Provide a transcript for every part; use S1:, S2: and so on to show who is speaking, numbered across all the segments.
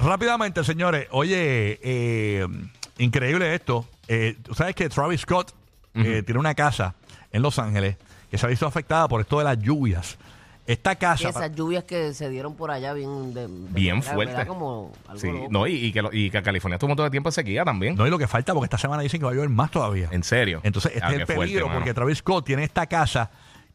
S1: Rápidamente, señores. Oye, eh, increíble esto. Eh, Tú sabes que Travis Scott eh, tiene una casa en Los Ángeles que se ha visto afectada por esto de las lluvias. Esta
S2: Y
S1: casa.
S2: esas lluvias que se dieron por allá bien de-
S3: Bien
S2: ¿verdad?
S3: fuerte.
S2: ¿verdad? Como algo
S3: Sí,
S2: loco.
S3: no, y, y que lo- y que California tuvo un montón de tiempo de sequía también.
S1: No, y lo que falta, porque esta semana dicen que va a llover más todavía.
S3: En serio.
S1: Entonces, este
S3: Ah,
S1: es el
S3: qué fuerte,
S1: peligro
S3: mano.
S1: porque Travis Scott tiene esta casa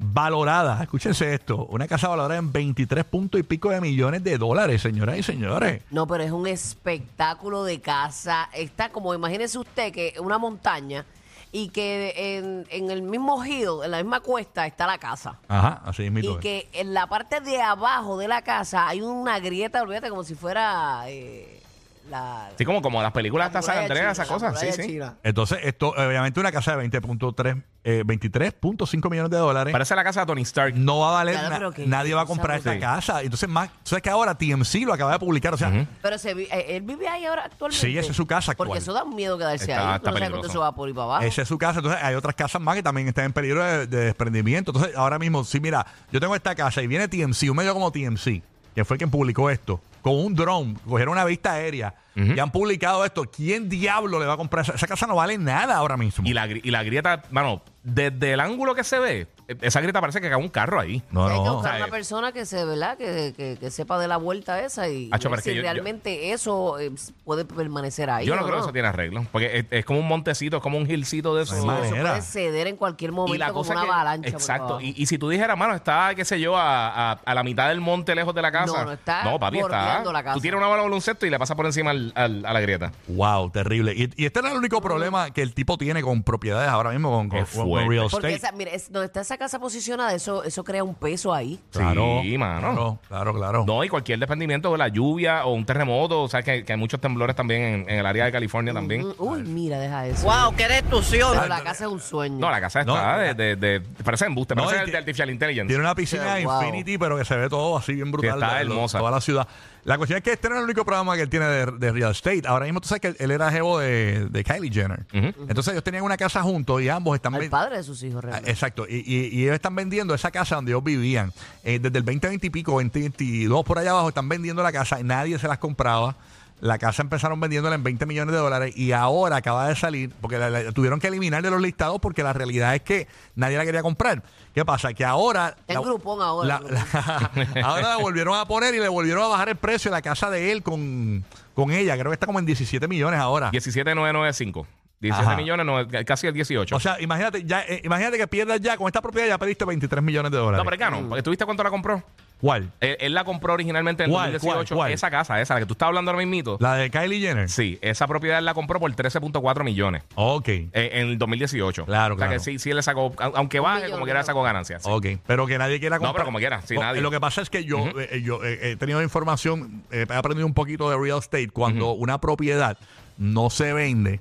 S1: valorada, escúchense esto, una casa valorada en 23 puntos y pico de millones de dólares, señoras y señores.
S2: No, pero es un espectáculo de casa. Está como, imagínese usted que una montaña y que en, en el mismo hill, en la misma cuesta, está la casa.
S1: Ajá, así es mi
S2: Y que en la parte de abajo de la casa hay una grieta, olvídate, como si fuera eh, la...
S3: Sí, como, como las películas hasta San
S2: muralla
S3: Andreas,
S2: china,
S3: esas
S2: la
S3: cosas. Sí,
S2: muralla
S3: sí.
S2: china.
S1: Entonces, esto, obviamente, una casa de 20.3, eh, 23.5 millones de dólares.
S3: Parece la casa de Tony Stark.
S1: no va a valer,
S2: Claro,
S1: na-
S2: pero que-
S1: nadie va a
S2: esa
S1: comprar esta
S3: cosa.
S1: casa. Entonces, más, tú sabes que ahora TMC lo acaba de publicar, o sea,
S2: Pero se vi- eh, él vive ahí ahora actualmente.
S1: Sí, esa es su casa actual.
S2: Porque eso da miedo quedarse
S3: Está-
S2: ahí.
S3: está
S2: Tú no sabes cuánto
S3: peligroso.
S2: eso va por ahí para abajo.
S1: esa es su casa. Entonces, hay otras casas más que también están en peligro de, de desprendimiento. Entonces, ahora mismo, sí, mira, yo tengo esta casa y viene TMC, un medio como TMC, que fue quien publicó esto, con un dron, cogieron una vista aérea y han publicado esto. ¿Quién diablo le va a comprar esa, esa casa? No vale nada ahora mismo.
S3: Y la, gri- y la grieta, mano, desde el ángulo que se ve, eh, esa grieta parece que cae un carro ahí.
S1: no,
S2: hay que
S1: no.
S2: buscar una
S3: ¿Sabes?
S2: persona que se, ¿verdad? Que, que- que sepa de la vuelta esa y
S3: Hacho,
S2: ver
S3: pero es
S2: si
S3: que yo- yo-
S2: realmente eso eh, puede permanecer ahí.
S3: Yo no
S2: ¿o
S3: creo que eso tiene arreglo. Porque es, es como un montecito, es como un gilcito de esos.
S1: No hay manera.
S2: Eso puede ceder en cualquier momento
S3: y la cosa
S2: como una
S3: que-
S2: avalancha. por
S3: Exacto.
S2: abajo.
S3: Y, y si tú dijeras, mano, está, qué sé yo, a, a- a la mitad del monte lejos de la casa.
S2: No, no está
S3: No, papi, está.
S2: bordeando la casa.
S3: Tú tienes una bola de baloncesto y la pasas por encima al- al- a la grieta.
S1: Wow, terrible. Y, y este era el único problema que el tipo tiene con propiedades ahora mismo, con, con-
S3: Es
S1: con
S3: fuerte.
S1: real estate.
S2: Porque esa, mira, es- donde está esa casa posicionada, eso, eso crea un peso ahí.
S1: Claro,
S3: Sí, mano.
S1: Claro, claro, claro.
S3: No, y cualquier desprendimiento de la lluvia o un terremoto, o sea, que, que hay muchos temblores también en, en el área de California también.
S2: Mm, Uy, mira, deja eso.
S4: ¡Wow! ¡Qué destrucción!
S2: Pero la casa es un sueño.
S3: No, la casa
S1: No,
S3: está
S1: la-
S3: de, de, de- parece embuste,
S1: No,
S3: parece
S1: y
S3: de,
S1: ti-
S3: Artificial Intelligence.
S1: Tiene una piscina
S2: Pero, wow.
S1: Infinity, pero que se ve todo así bien brutal.
S3: Que está
S1: lo- lo-
S3: hermosa.
S1: Toda la ciudad. La cuestión es que este no es el único programa que él tiene de, de real estate. Ahora mismo tú sabes que él, él era jevo de, de Kylie Jenner. Entonces ellos tenían una casa juntos y ambos están...
S2: Al
S1: ven-
S2: padre de sus hijos,
S1: Ah,
S2: realmente.
S1: Exacto, y, y- y ellos están vendiendo esa casa donde ellos vivían. Eh, desde el 2020 y pico, 2022 por allá abajo, están vendiendo la casa, nadie se las compraba. La casa empezaron vendiéndola en 20 millones de dólares y ahora acaba de salir, porque la, la tuvieron que eliminar de los listados porque la realidad es que nadie la quería comprar. ¿Qué pasa? Que ahora...
S2: Está en
S1: la-
S2: Groupon ahora,
S1: la- la- ahora la volvieron a poner y le volvieron a bajar el precio de la casa de él con, con ella. Creo que está como en 17 millones ahora.
S3: 17995. 17
S1: Ajá.
S3: millones, no, casi el 18.
S1: O sea, imagínate, ya, eh, imagínate que pierdas ya, con esta propiedad ya perdiste 23 millones de dólares.
S3: no, pero es que no, porque tú viste cuánto la compró.
S1: ¿Cuál?
S3: Él, él la compró originalmente en el
S1: ¿Cuál,
S3: 2018.
S1: cuál, cuál?
S3: Esa casa, esa, la que tú estás hablando ahora mismito.
S1: ¿La de Kylie Jenner?
S3: Sí, esa propiedad él la compró por 13.4 millones
S1: Ok,
S3: eh, en el 2018.
S1: Claro,
S3: O sea
S1: claro.
S3: que sí, sí, él le sacó, a- aunque baje,
S2: millón,
S3: como quiera,
S2: creo.
S3: sacó ganancias. sí.
S1: ok. Pero que nadie quiera
S3: No,
S1: comprar.
S3: pero como quiera, sí,
S1: No,
S3: nadie.
S1: Lo que pasa es que yo, eh, yo eh, he tenido información, eh, he aprendido un poquito de real estate. Cuando una propiedad no se vende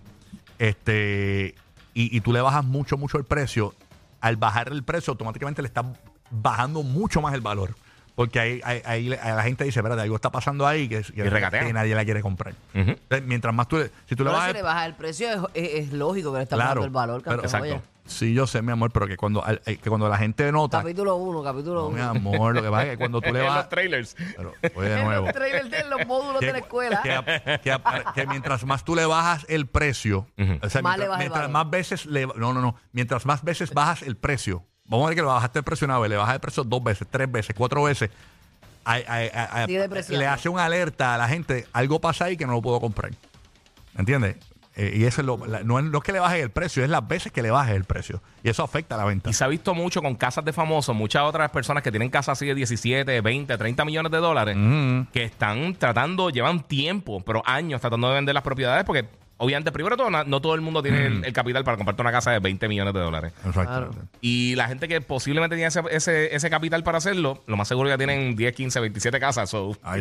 S1: este y, y tú le bajas mucho, mucho el precio, al bajar el precio automáticamente le estás bajando mucho más el valor. Porque ahí, ahí- ahí le- a la gente dice, espérate, algo está pasando ahí que, que-
S3: Y Mm. regatean.
S1: que nadie la quiere comprar.
S3: Ujú.
S1: Entonces, Mientras más tú le... Si tú le
S2: Pero
S1: bajas
S2: si
S1: el-
S2: le baja el precio, es, es- es lógico que le está bajando el valor.
S1: pero-
S2: campeón, oye.
S3: Exacto.
S1: Sí, yo sé, mi amor, pero que cuando, al- eh, que cuando la gente nota.
S2: Capítulo 1, capítulo
S1: No,
S2: 1.
S1: mi amor, lo que pasa es que cuando tú le
S3: En
S1: vas.
S3: los trailers.
S1: Pero, oye, de nuevo.
S2: los trailers de los módulos
S1: Que,
S2: de la escuela.
S1: que ap- que ap- que mientras más tú le bajas el precio, o sea, mientras,
S2: Más le baja el
S1: mientras
S2: valor.
S1: más veces le no, no, no, mientras más veces bajas el precio, vamos a ver que le bajaste el precio una vez, le bajas el precio dos veces, tres veces, cuatro veces, ay, ay, ay, ay,
S2: Sigue depreciando.
S1: le hace una alerta a la gente, algo pasa ahí que no lo puedo comprar. ¿Entiendes? Eh, y eso es lo, la- no, es, no es que le bajes el precio, es las veces que le bajes el precio. Y eso afecta a la venta.
S3: Y se ha visto mucho con casas de famosos, muchas otras personas que tienen casas así de 17, 20, 30 millones de dólares, que están tratando, llevan tiempo, pero años tratando de vender las propiedades, porque obviamente, primero de todo, na- no todo el mundo tiene el, el capital para comprarte una casa de 20 millones de dólares.
S1: Exactamente.
S3: Y la gente que posiblemente tiene ese, ese, ese capital para hacerlo, lo más seguro ya tienen 10, 15, 27 casas. So,
S1: Ahí sí.